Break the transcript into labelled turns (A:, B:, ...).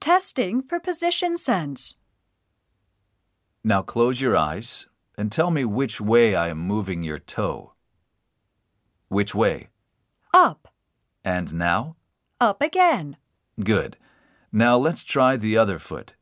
A: Testing for position sense.
B: Now close your eyes and tell me which way I am moving your toe. Which way?
A: Up,
B: And now?
A: up again.
B: Good. Now let's try the other foot.